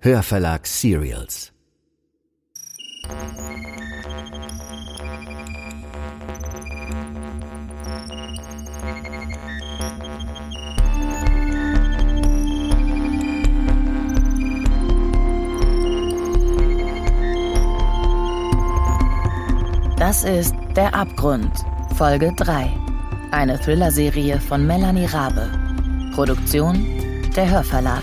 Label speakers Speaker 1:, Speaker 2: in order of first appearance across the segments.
Speaker 1: Hörverlag Serials.
Speaker 2: Das ist Der Abgrund, Folge 3. Eine Thriller-Serie von Melanie Rabe. Produktion Der Hörverlag.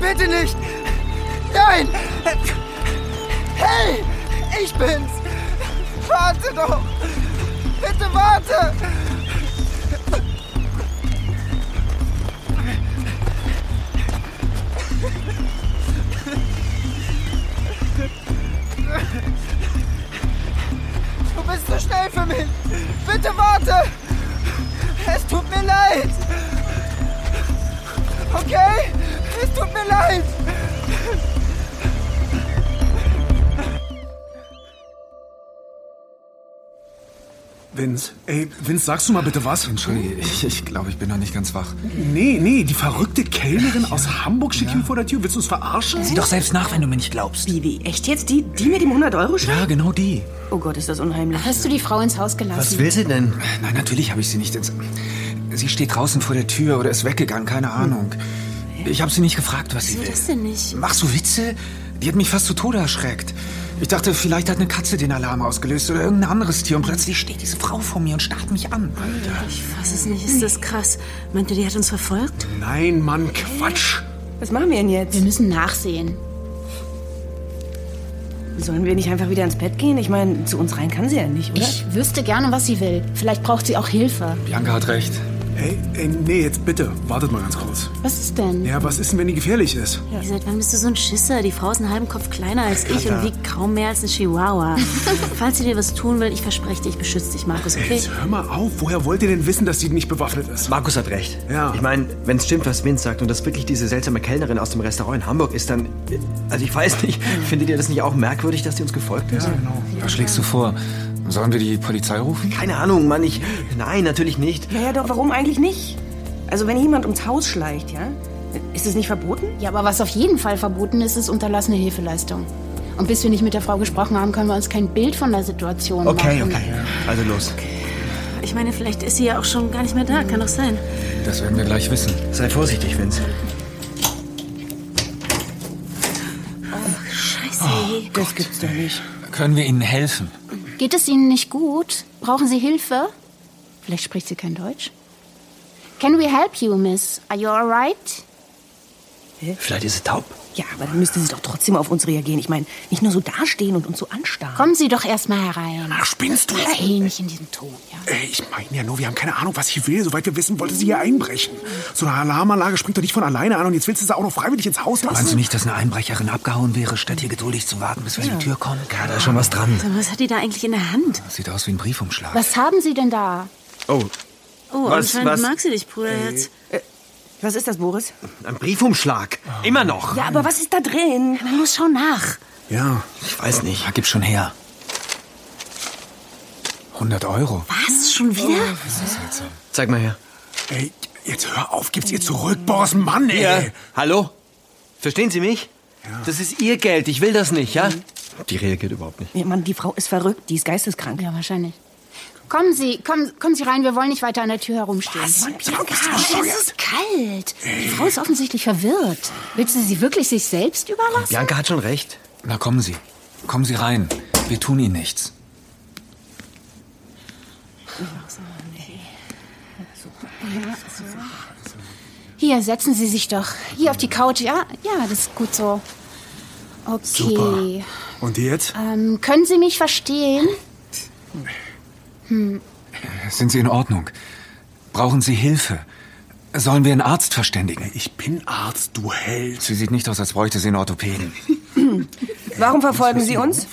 Speaker 3: Bitte nicht! Nein! Hey! Ich bin's! Warte doch! Bitte warte! Du bist zu schnell für mich! Bitte warte! Es tut mir leid! Okay? Es tut mir leid!
Speaker 4: Vince. Ey, Vince, sagst du mal bitte was?
Speaker 5: Entschuldige, ich, ich glaube, ich bin noch nicht ganz wach.
Speaker 4: Nee, nee, die verrückte Kellnerin aus Hamburg steht hier vor der Tür. Willst du uns verarschen?
Speaker 6: Sieh doch selbst nach, wenn du mir nicht glaubst.
Speaker 7: Wie, wie, echt jetzt? Die, die mit dem 100-Euro-Schein?
Speaker 6: Ja, genau die.
Speaker 7: Oh Gott, ist das unheimlich.
Speaker 8: Hast du die Frau ins Haus gelassen?
Speaker 9: Was will sie denn?
Speaker 5: Äh, Nein, natürlich habe ich sie nicht ins... Sie steht draußen vor der Tür oder ist weggegangen, keine Ahnung. Ich habe sie nicht gefragt, was sie
Speaker 8: Wieso
Speaker 5: will.
Speaker 8: das denn nicht?
Speaker 5: Machst du Witze? Die hat mich fast zu Tode erschreckt. Ich dachte, vielleicht hat eine Katze den Alarm ausgelöst oder irgendein anderes Tier und plötzlich steht diese Frau vor mir und starrt mich an.
Speaker 8: Ich weiß es nicht, ist das krass. Meint ihr, die hat uns verfolgt?
Speaker 4: Nein, Mann, Quatsch.
Speaker 7: Was machen wir denn
Speaker 8: Wir
Speaker 7: jetzt?
Speaker 8: müssen nachsehen.
Speaker 7: Hm, Sollen wir nicht einfach wieder ins Bett gehen? Ich meine, zu uns rein kann sie ja nicht, oder?
Speaker 8: Ich wüsste gerne, was sie will. Vielleicht braucht sie auch Hilfe.
Speaker 5: Bianca hat recht.
Speaker 4: Ey, ey, nee, jetzt bitte. Wartet mal ganz kurz.
Speaker 8: Was ist denn?
Speaker 4: Ja, was ist denn, wenn die gefährlich ist?
Speaker 8: Ey, Seit wann bist du so ein Schisser? Die Frau ist einen halben Kopf kleiner als ich und wiegt kaum mehr als ein Chihuahua. Falls sie dir was tun will, ich verspreche dir, ich beschütze dich, Markus,
Speaker 4: Ey,
Speaker 8: okay?
Speaker 4: jetzt hör mal auf. Woher wollt ihr denn wissen, dass sie nicht bewaffnet ist?
Speaker 9: Markus hat recht.
Speaker 4: Ja.
Speaker 9: Ich meine, wenn es stimmt, was Vince sagt und das wirklich diese seltsame Kellnerin aus dem Restaurant in Hamburg ist, dann. Also ich weiß nicht, findet ihr das nicht auch merkwürdig, dass die uns gefolgt ist?
Speaker 5: genau. Was schlägst du vor? Sollen wir die Polizei rufen?
Speaker 9: Keine Ahnung, Mann, ich. Nein, natürlich nicht.
Speaker 7: Naja, doch, warum eigentlich nicht? Also, wenn jemand ums Haus schleicht, ja? Ist das nicht verboten?
Speaker 8: Ja, aber was auf jeden Fall verboten ist, ist unterlassene Hilfeleistung. Und bis wir nicht mit der Frau gesprochen haben, können wir uns kein Bild von der Situation
Speaker 9: Okay,
Speaker 8: machen.
Speaker 9: okay. Also los.
Speaker 8: Ich meine, vielleicht ist sie ja auch schon gar nicht mehr da. Kann doch sein.
Speaker 5: Das werden wir gleich wissen.
Speaker 9: Sei vorsichtig, Vince.
Speaker 8: Scheiße.
Speaker 7: Oh, Das gibt's doch nicht.
Speaker 5: Können wir ihnen helfen?
Speaker 8: Geht es Ihnen nicht gut? Brauchen Sie Hilfe? Vielleicht spricht sie kein Deutsch. Can we help you, miss? Are you alright?
Speaker 9: Vielleicht ist sie taub.
Speaker 7: Ja, aber dann müsste sie doch trotzdem auf uns reagieren. Ich meine, nicht nur so dastehen und uns so anstarren.
Speaker 8: Kommen Sie doch erstmal herein.
Speaker 4: Ach, spinnst du?
Speaker 8: Das eh nicht in diesem Ton, ja.
Speaker 4: Ey, ich meine ja nur, wir haben keine Ahnung, was sie will. Soweit wir wissen, wollte sie hier einbrechen. So eine Alarmanlage springt doch nicht von alleine an und jetzt willst du sie auch noch freiwillig ins Haus lassen?
Speaker 5: Meinst du nicht, dass eine Einbrecherin abgehauen wäre, statt hier geduldig zu warten, bis wir an die Tür kommen?
Speaker 9: Ja, da ist schon was dran.
Speaker 8: Was hat die da eigentlich in der Hand?
Speaker 5: Das sieht aus wie ein Briefumschlag.
Speaker 8: Was haben Sie denn da?
Speaker 9: Oh,
Speaker 8: Oh,
Speaker 9: Was, anscheinend was? mag
Speaker 8: sie dich, Bruderherz.
Speaker 7: Was ist das, Boris?
Speaker 9: ein Briefumschlag. Immer noch.
Speaker 7: Ja, aber was ist da drin?
Speaker 8: Man muss schon nach.
Speaker 4: Ja.
Speaker 9: Ich weiß nicht.
Speaker 5: Ja, gib schon her. 100 Euro.
Speaker 8: Was? Schon wieder?
Speaker 9: Zeig mal her.
Speaker 4: Ey, jetzt hör auf, gib's ihr zurück, Boris. Mann, ey.
Speaker 9: Ihr, hallo? Verstehen Sie mich? Das ist Ihr Geld, ich will das nicht, ja? Mhm. Die reagiert überhaupt nicht.
Speaker 7: Ja, Mann, die Frau ist verrückt. Die ist geisteskrank.
Speaker 8: Ja, wahrscheinlich. Kommen Sie, kommen, kommen Sie rein. Wir wollen nicht weiter an der Tür herumstehen. Es ist kalt. Die Frau ist offensichtlich verwirrt. Willst du sie wirklich sich selbst überlassen?
Speaker 9: Bianca hat schon recht.
Speaker 5: Na, kommen Sie. Kommen Sie rein. Wir tun Ihnen nichts.
Speaker 8: Hier, setzen Sie sich doch. Hier auf die Couch, ja? Ja, das ist gut so. Okay.
Speaker 4: Und jetzt?
Speaker 8: Ähm, können Sie mich verstehen?
Speaker 5: Sind Sie in Ordnung? Brauchen Sie Hilfe? Sollen wir einen Arzt verständigen?
Speaker 4: Ich bin Arzt, du Held.
Speaker 5: Sie sieht nicht aus, als bräuchte sie einen Orthopäden.
Speaker 7: Warum verfolgen Sie uns?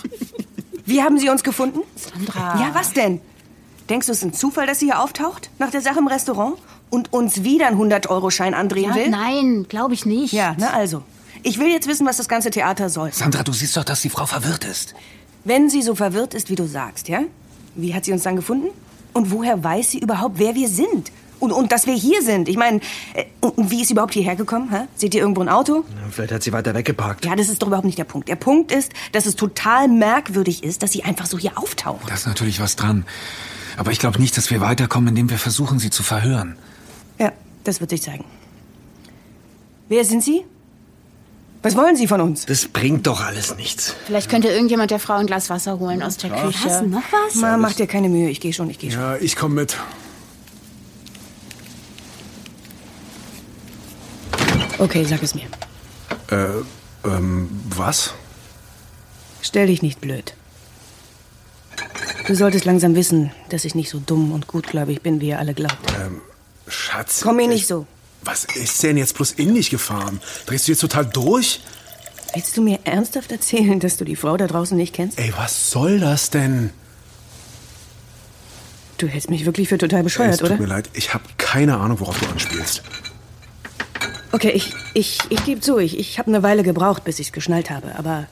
Speaker 7: Wie haben Sie uns gefunden?
Speaker 8: Sandra.
Speaker 7: Ja, was denn? Denkst du, es ist ein Zufall, dass sie hier auftaucht? Nach der Sache im Restaurant? Und uns wieder einen 100-Euro-Schein andrehen
Speaker 8: Ja,
Speaker 7: will?
Speaker 8: Ah, nein, glaube ich nicht.
Speaker 7: Ja, na also. Ich will jetzt wissen, was das ganze Theater soll.
Speaker 6: Sandra, du siehst doch, dass die Frau verwirrt ist.
Speaker 7: Wenn sie so verwirrt ist, wie du sagst, ja? Wie hat sie uns dann gefunden? Und woher weiß sie überhaupt, wer wir sind? Und, und dass wir hier sind? Ich meine, äh, und, und wie ist sie überhaupt hierher gekommen? Hä? Seht ihr irgendwo ein Auto?
Speaker 9: Vielleicht hat sie weiter weggeparkt.
Speaker 7: Ja, das ist doch überhaupt nicht der Punkt. Der Punkt ist, dass es total merkwürdig ist, dass sie einfach so hier auftaucht.
Speaker 5: Da ist natürlich was dran. Aber ich glaube nicht, dass wir weiterkommen, indem wir versuchen, sie zu verhören.
Speaker 7: Ja, das wird sich zeigen. Wer sind Sie? Was wollen Sie von uns?
Speaker 9: Das bringt doch alles nichts.
Speaker 8: Vielleicht könnte irgendjemand der Frau ein Glas Wasser holen aus der Küche.
Speaker 6: Was?
Speaker 7: ne?
Speaker 8: Noch was?
Speaker 7: Ma, mach dir keine Mühe. Ich gehe schon, ich gehe schon.
Speaker 4: Ja, ich komme mit.
Speaker 7: Okay, sag es mir.
Speaker 4: Äh, ähm, was?
Speaker 7: Stell dich nicht blöd. Du solltest langsam wissen, dass ich nicht so dumm und gutgläubig bin, wie ihr alle glaubt.
Speaker 4: Schatz.
Speaker 7: Komm mir
Speaker 4: ich-
Speaker 7: nicht so.
Speaker 4: Was ist denn jetzt bloß in dich gefahren? Drehst du jetzt total durch?
Speaker 7: Willst du mir ernsthaft erzählen, dass du die Frau da draußen nicht kennst?
Speaker 4: Ey, was soll das denn?
Speaker 7: Du hältst mich wirklich für total
Speaker 4: es
Speaker 7: bescheuert,
Speaker 4: tut
Speaker 7: oder?
Speaker 4: mir leid, ich habe keine Ahnung, worauf du anspielst.
Speaker 7: Okay, ich, ich, ich gebe zu, ich, ich habe eine Weile gebraucht, bis ich es geschnallt habe, aber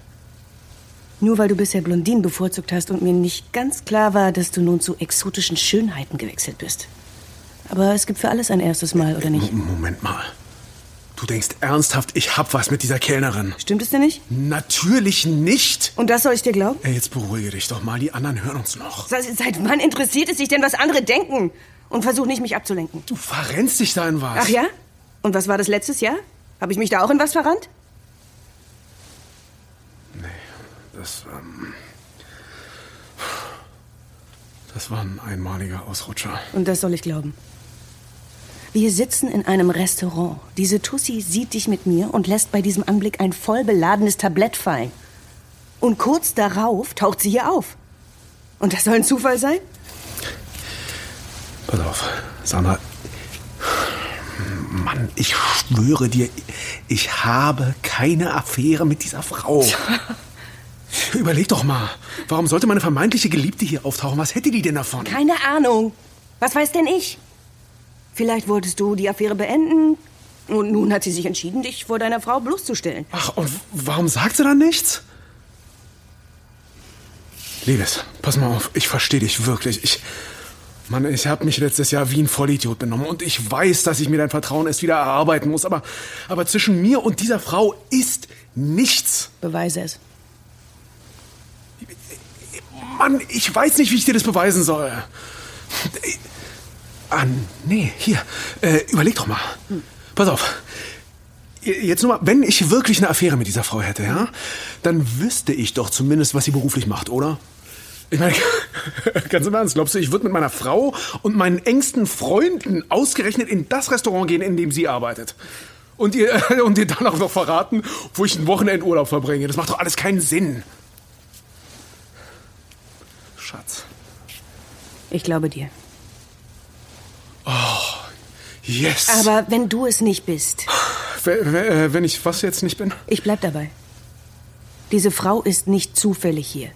Speaker 7: nur weil du bisher Blondinen bevorzugt hast und mir nicht ganz klar war, dass du nun zu exotischen Schönheiten gewechselt bist. Aber es gibt für alles ein erstes Mal, oder nicht?
Speaker 4: M Moment mal. Du denkst ernsthaft, ich hab was mit dieser Kellnerin?
Speaker 7: Stimmt es denn nicht?
Speaker 4: Natürlich nicht.
Speaker 7: Und das soll ich dir glauben?
Speaker 4: Ey, jetzt beruhige dich doch mal, die anderen hören uns noch.
Speaker 7: Seit, seit wann interessiert es dich denn, was andere denken? Und versuch nicht, mich abzulenken.
Speaker 4: Du verrennst dich da in was.
Speaker 7: Ach ja? Und was war das letztes Jahr? Habe ich mich da auch in was verrannt?
Speaker 4: Das, ähm, das war ein einmaliger Ausrutscher.
Speaker 7: Und das soll ich glauben. Wir sitzen in einem Restaurant. Diese Tussi sieht dich mit mir und lässt bei diesem Anblick ein voll beladenes Tablett fallen. Und kurz darauf taucht sie hier auf. Und das soll ein Zufall sein?
Speaker 4: Pass auf, Sandra. Mann, ich schwöre dir, ich habe keine Affäre mit dieser Frau. Überleg doch mal, warum sollte meine vermeintliche Geliebte hier auftauchen? Was hätte die denn davon?
Speaker 7: Keine Ahnung. Was weiß denn ich? Vielleicht wolltest du die Affäre beenden. Und nun hat sie sich entschieden, dich vor deiner Frau bloßzustellen.
Speaker 4: Ach, und warum sagt sie dann nichts? Liebes, pass mal auf, ich verstehe dich wirklich. Ich. Mann, ich habe mich letztes Jahr wie ein Vollidiot benommen und ich weiß, dass ich mir dein Vertrauen erst wieder erarbeiten muss, aber, aber zwischen mir und dieser Frau ist nichts.
Speaker 7: Beweise es.
Speaker 4: Mann, ich weiß nicht, wie ich dir das beweisen soll. Ah, nee, hier. Äh, überleg doch mal. Pass auf. Jetzt nur mal, wenn ich wirklich eine Affäre mit dieser Frau hätte, ja, dann wüsste ich doch zumindest, was sie beruflich macht, oder? Ich meine, ganz im Ernst, glaubst du, ich würde mit meiner Frau und meinen engsten Freunden ausgerechnet in das Restaurant gehen, in dem sie arbeitet? Und ihr, und ihr dann auch noch verraten, wo ich einen Wochenendurlaub verbringe? Das macht doch alles keinen Sinn. Schatz.
Speaker 7: Ich glaube dir.
Speaker 4: Yes.
Speaker 7: Aber wenn du es nicht bist,
Speaker 4: Wenn- wenn äh, wenn ich was jetzt nicht bin?
Speaker 7: ich bleib dabei. Diese Frau ist nicht zufällig hier.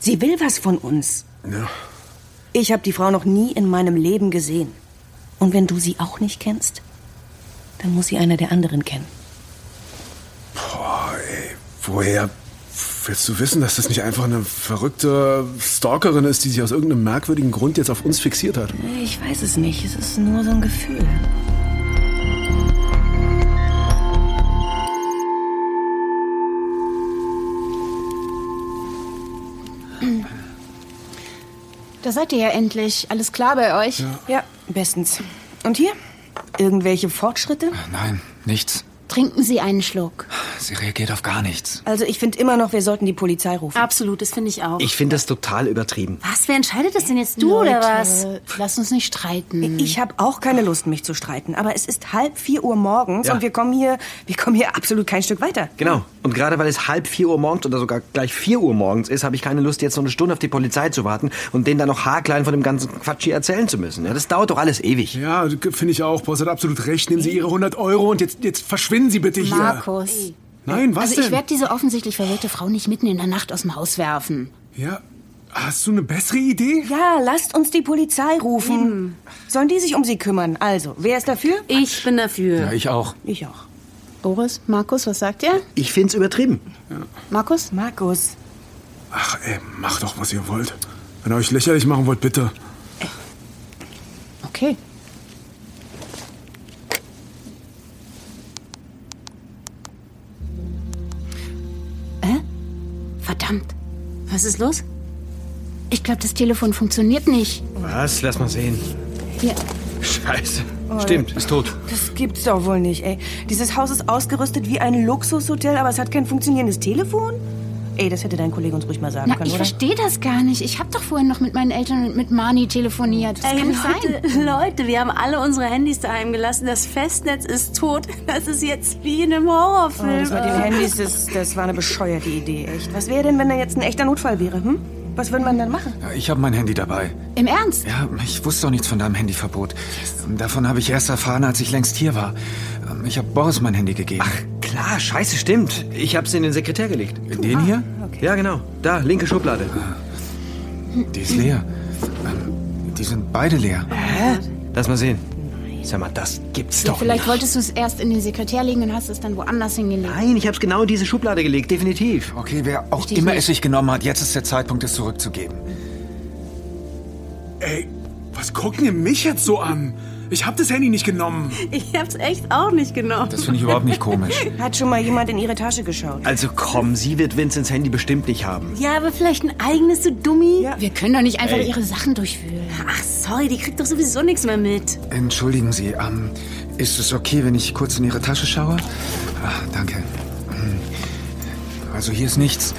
Speaker 7: Sie will was von uns.
Speaker 4: Ja.
Speaker 7: Ich habe die Frau noch nie in meinem Leben gesehen. Und wenn du sie auch nicht kennst, dann muss sie einer der anderen kennen.
Speaker 4: Boah, ey, woher willst du wissen, dass das nicht einfach eine verrückte Stalkerin ist, die sich aus irgendeinem merkwürdigen Grund jetzt auf uns fixiert hat?
Speaker 7: Ich weiß es nicht. Es ist nur so ein Gefühl.
Speaker 8: Da seid ihr ja endlich. Alles klar bei euch?
Speaker 7: Ja, bestens. Und hier? Irgendwelche Fortschritte?
Speaker 5: Äh, Nein, nichts.
Speaker 8: Trinken Sie einen Schluck.
Speaker 5: Sie reagiert auf gar nichts.
Speaker 7: Also ich finde immer noch, wir sollten die Polizei rufen.
Speaker 8: Absolut, das finde ich auch.
Speaker 9: Ich finde das total übertrieben.
Speaker 10: Was? Wer entscheidet das denn jetzt? Du
Speaker 8: Leute,
Speaker 10: oder was?
Speaker 8: Lass Äh, uns nicht streiten.
Speaker 7: Ich habe auch keine Lust, mich zu streiten, aber es ist halb vier Uhr morgens
Speaker 9: Ja.
Speaker 7: und wir kommen hier, wir kommen hier absolut kein Stück weiter.
Speaker 9: Genau. Und gerade weil es halb vier Uhr morgens oder sogar gleich vier Uhr morgens ist, habe ich keine Lust, jetzt noch eine Stunde auf die Polizei zu warten und denen dann noch haarklein von dem ganzen Quatsch hier erzählen zu müssen. Ja, das dauert doch alles ewig.
Speaker 4: Ja, finde ich auch. Boss hat absolut recht. Nehmen Sie Ihre 100 Euro und jetzt, jetzt verschwinden Sie bitte hier.
Speaker 8: Markus.
Speaker 4: Nein, was
Speaker 8: also ich
Speaker 4: denn?
Speaker 8: werde diese offensichtlich verwirrte Frau nicht mitten in der Nacht aus dem Haus werfen.
Speaker 4: Ja, hast du eine bessere Idee?
Speaker 7: Ja, lasst uns die Polizei rufen. Sollen die sich um sie kümmern? Also, wer ist dafür?
Speaker 10: Ich bin dafür.
Speaker 5: ich auch.
Speaker 7: Ich auch.
Speaker 8: Boris, Markus, was sagt ihr?
Speaker 9: Ich find's übertrieben.
Speaker 8: Markus?
Speaker 7: Markus.
Speaker 4: Ach ey, macht doch, was ihr wollt. Wenn ihr euch lächerlich machen wollt, bitte.
Speaker 8: Okay. Äh? Verdammt.
Speaker 10: Was ist los?
Speaker 8: Ich glaube, das Telefon funktioniert nicht.
Speaker 9: Was? Lass mal sehen.
Speaker 8: Hier.
Speaker 9: Scheiße. Stimmt, ist tot.
Speaker 7: Das gibt's doch wohl nicht, ey. Dieses Haus ist ausgerüstet wie ein Luxushotel, aber es hat kein funktionierendes Telefon? Ey, das hätte dein Kollege uns ruhig mal sagen
Speaker 8: Na,
Speaker 7: können,
Speaker 8: ich
Speaker 7: oder?
Speaker 8: verstehe das gar nicht. Ich habe doch vorhin noch mit meinen Eltern und mit Mani telefoniert. Das kann nicht sein.
Speaker 10: Leute, Leute, wir haben alle unsere Handys daheim gelassen. Das Festnetz ist tot. Das ist jetzt wie in einem
Speaker 8: Oh,
Speaker 10: Horrorfilm.
Speaker 7: Das mit den Handys, das, das war eine bescheuerte Idee, echt. Was wäre denn, wenn da jetzt ein echter Notfall wäre, hm? Was würde man dann machen?
Speaker 5: Ja, Ich habe mein Handy dabei.
Speaker 8: Im Ernst?
Speaker 5: Ja, ich wusste auch nichts von deinem Handyverbot. Davon habe ich erst erfahren, als ich längst hier war. Ich habe Boris mein Handy gegeben.
Speaker 9: Klar, scheiße, stimmt. Ich hab's in den Sekretär gelegt.
Speaker 5: Den hier?
Speaker 9: Ja, genau. Da, linke Schublade.
Speaker 5: Die ist leer. Ähm, Die sind beide leer.
Speaker 9: Lass mal sehen. Sag mal, das gibt's doch
Speaker 8: Vielleicht
Speaker 9: nicht.
Speaker 8: wolltest du es erst in den Sekretär legen und hast es dann woanders hingelegt.
Speaker 9: Nein, ich hab's genau in diese Schublade gelegt, definitiv.
Speaker 5: Okay, wer auch
Speaker 8: Versteh ich
Speaker 5: immer
Speaker 8: nicht.
Speaker 5: es sich genommen hat, jetzt ist der Zeitpunkt, es zurückzugeben.
Speaker 4: Ey, was gucken ihr mich jetzt so an? Ich hab das Handy nicht genommen.
Speaker 10: Ich hab's echt auch nicht genommen.
Speaker 5: Das finde ich überhaupt nicht komisch.
Speaker 7: Hat schon mal jemand in ihre Tasche geschaut?
Speaker 9: Also komm, sie wird Vincents Handy bestimmt nicht haben.
Speaker 10: Ja, aber vielleicht ein eigenes, du Dummi.
Speaker 7: Ja.
Speaker 8: Wir können doch nicht einfach ihre Sachen durchwühlen.
Speaker 10: Ach, sorry, die kriegt doch sowieso nichts mehr mit.
Speaker 5: Entschuldigen Sie, ähm, ist es okay, wenn ich kurz in Ihre Tasche schaue? Ah, danke. Hm. Also hier ist nichts,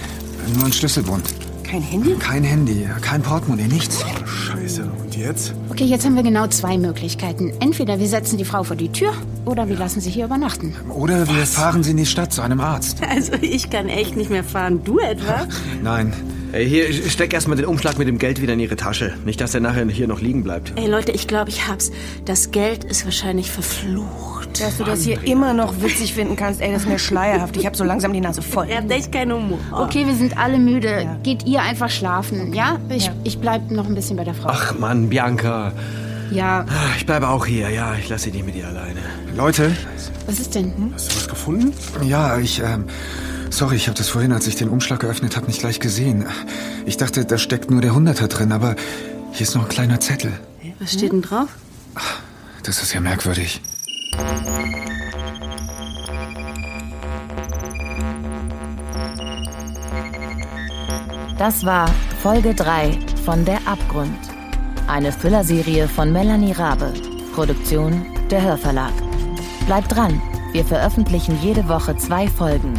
Speaker 5: nur ein Schlüsselbund.
Speaker 7: Kein Handy?
Speaker 5: Kein Handy, kein Portemonnaie, nichts.
Speaker 4: Scheiße, und jetzt?
Speaker 8: Okay, jetzt haben wir genau zwei Möglichkeiten. Entweder wir setzen die Frau vor die Tür oder wir lassen sie hier übernachten.
Speaker 5: Oder wir fahren Sie in die Stadt zu einem Arzt.
Speaker 10: Also ich kann echt nicht mehr fahren. Du etwa?
Speaker 5: Nein,
Speaker 9: Ey, hier, steck erstmal den Umschlag mit dem Geld wieder in ihre Tasche. Nicht, dass der nachher hier noch liegen bleibt.
Speaker 10: Ey Leute, ich glaube, ich hab's. Das Geld ist wahrscheinlich verflucht.
Speaker 7: Dass du das hier immer noch witzig finden kannst, ey, das ist mir schleierhaft. Ich habe so langsam die Nase voll.
Speaker 10: Ihr habt echt keinen Humor.
Speaker 8: Okay, wir sind alle müde. Geht ihr einfach schlafen, ja? Ich, ich bleib noch ein bisschen bei der Frau.
Speaker 9: Ach Mann, Bianca.
Speaker 8: Ja,
Speaker 9: Ah, Ich bleibe auch hier. Ja, ich lasse die mit ihr alleine.
Speaker 5: Leute,
Speaker 8: was ist denn? Hm?
Speaker 4: Hast du was gefunden?
Speaker 5: ja, ich, ähm, sorry, ich habe das vorhin, als ich den Umschlag geöffnet habe, nicht gleich gesehen. Ich dachte, da steckt nur der Hunderter drin, aber hier ist noch ein kleiner Zettel.
Speaker 10: Was steht denn drauf?
Speaker 5: Das ist ja merkwürdig.
Speaker 2: Das war Folge 3 von Der Abgrund. Eine Thriller-Serie von Melanie Rabe. Produktion der Hörverlag. Bleibt dran, wir veröffentlichen jede Woche zwei Folgen.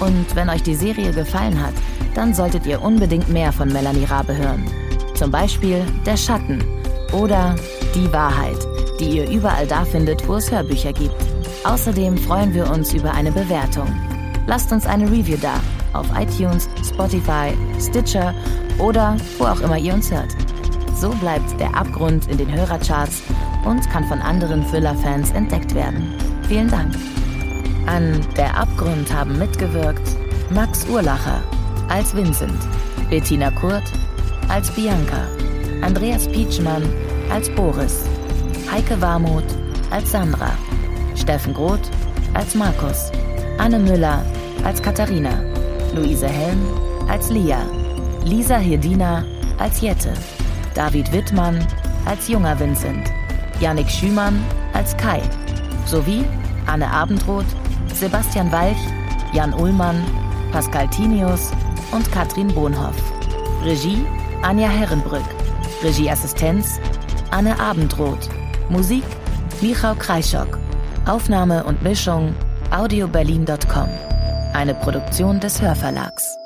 Speaker 2: Und wenn euch die Serie gefallen hat, dann solltet ihr unbedingt mehr von Melanie Rabe hören. Zum Beispiel Der Schatten oder Die Wahrheit, die ihr überall da findet, wo es Hörbücher gibt. Außerdem freuen wir uns über eine Bewertung. Lasst uns eine Review da auf iTunes, Spotify, Stitcher oder wo auch immer ihr uns hört. So bleibt der Abgrund in den Hörercharts und kann von anderen Thriller-Fans entdeckt werden. Vielen Dank. An Der Abgrund haben mitgewirkt Max Urlacher als Vincent, Bettina Kurt als Bianca, Andreas Pietschmann als Boris, Heike Warmuth als Sandra, Steffen Groth als Markus, Anne Müller als Katharina, Luise Helm als Lia, Lisa Hirdina als Jette, David Wittmann als junger Vincent, Yannick Schümann als Kai sowie Anne Abendroth, Sebastian Walch, Jan Ullmann, Pascal Tinius und Katrin Bohnhoff. Regie Anja Herrenbrück. Regieassistenz Anne Abendroth. Musik Michał Kreischock. Aufnahme und Mischung audioberlin.com. Eine Produktion des Hörverlags.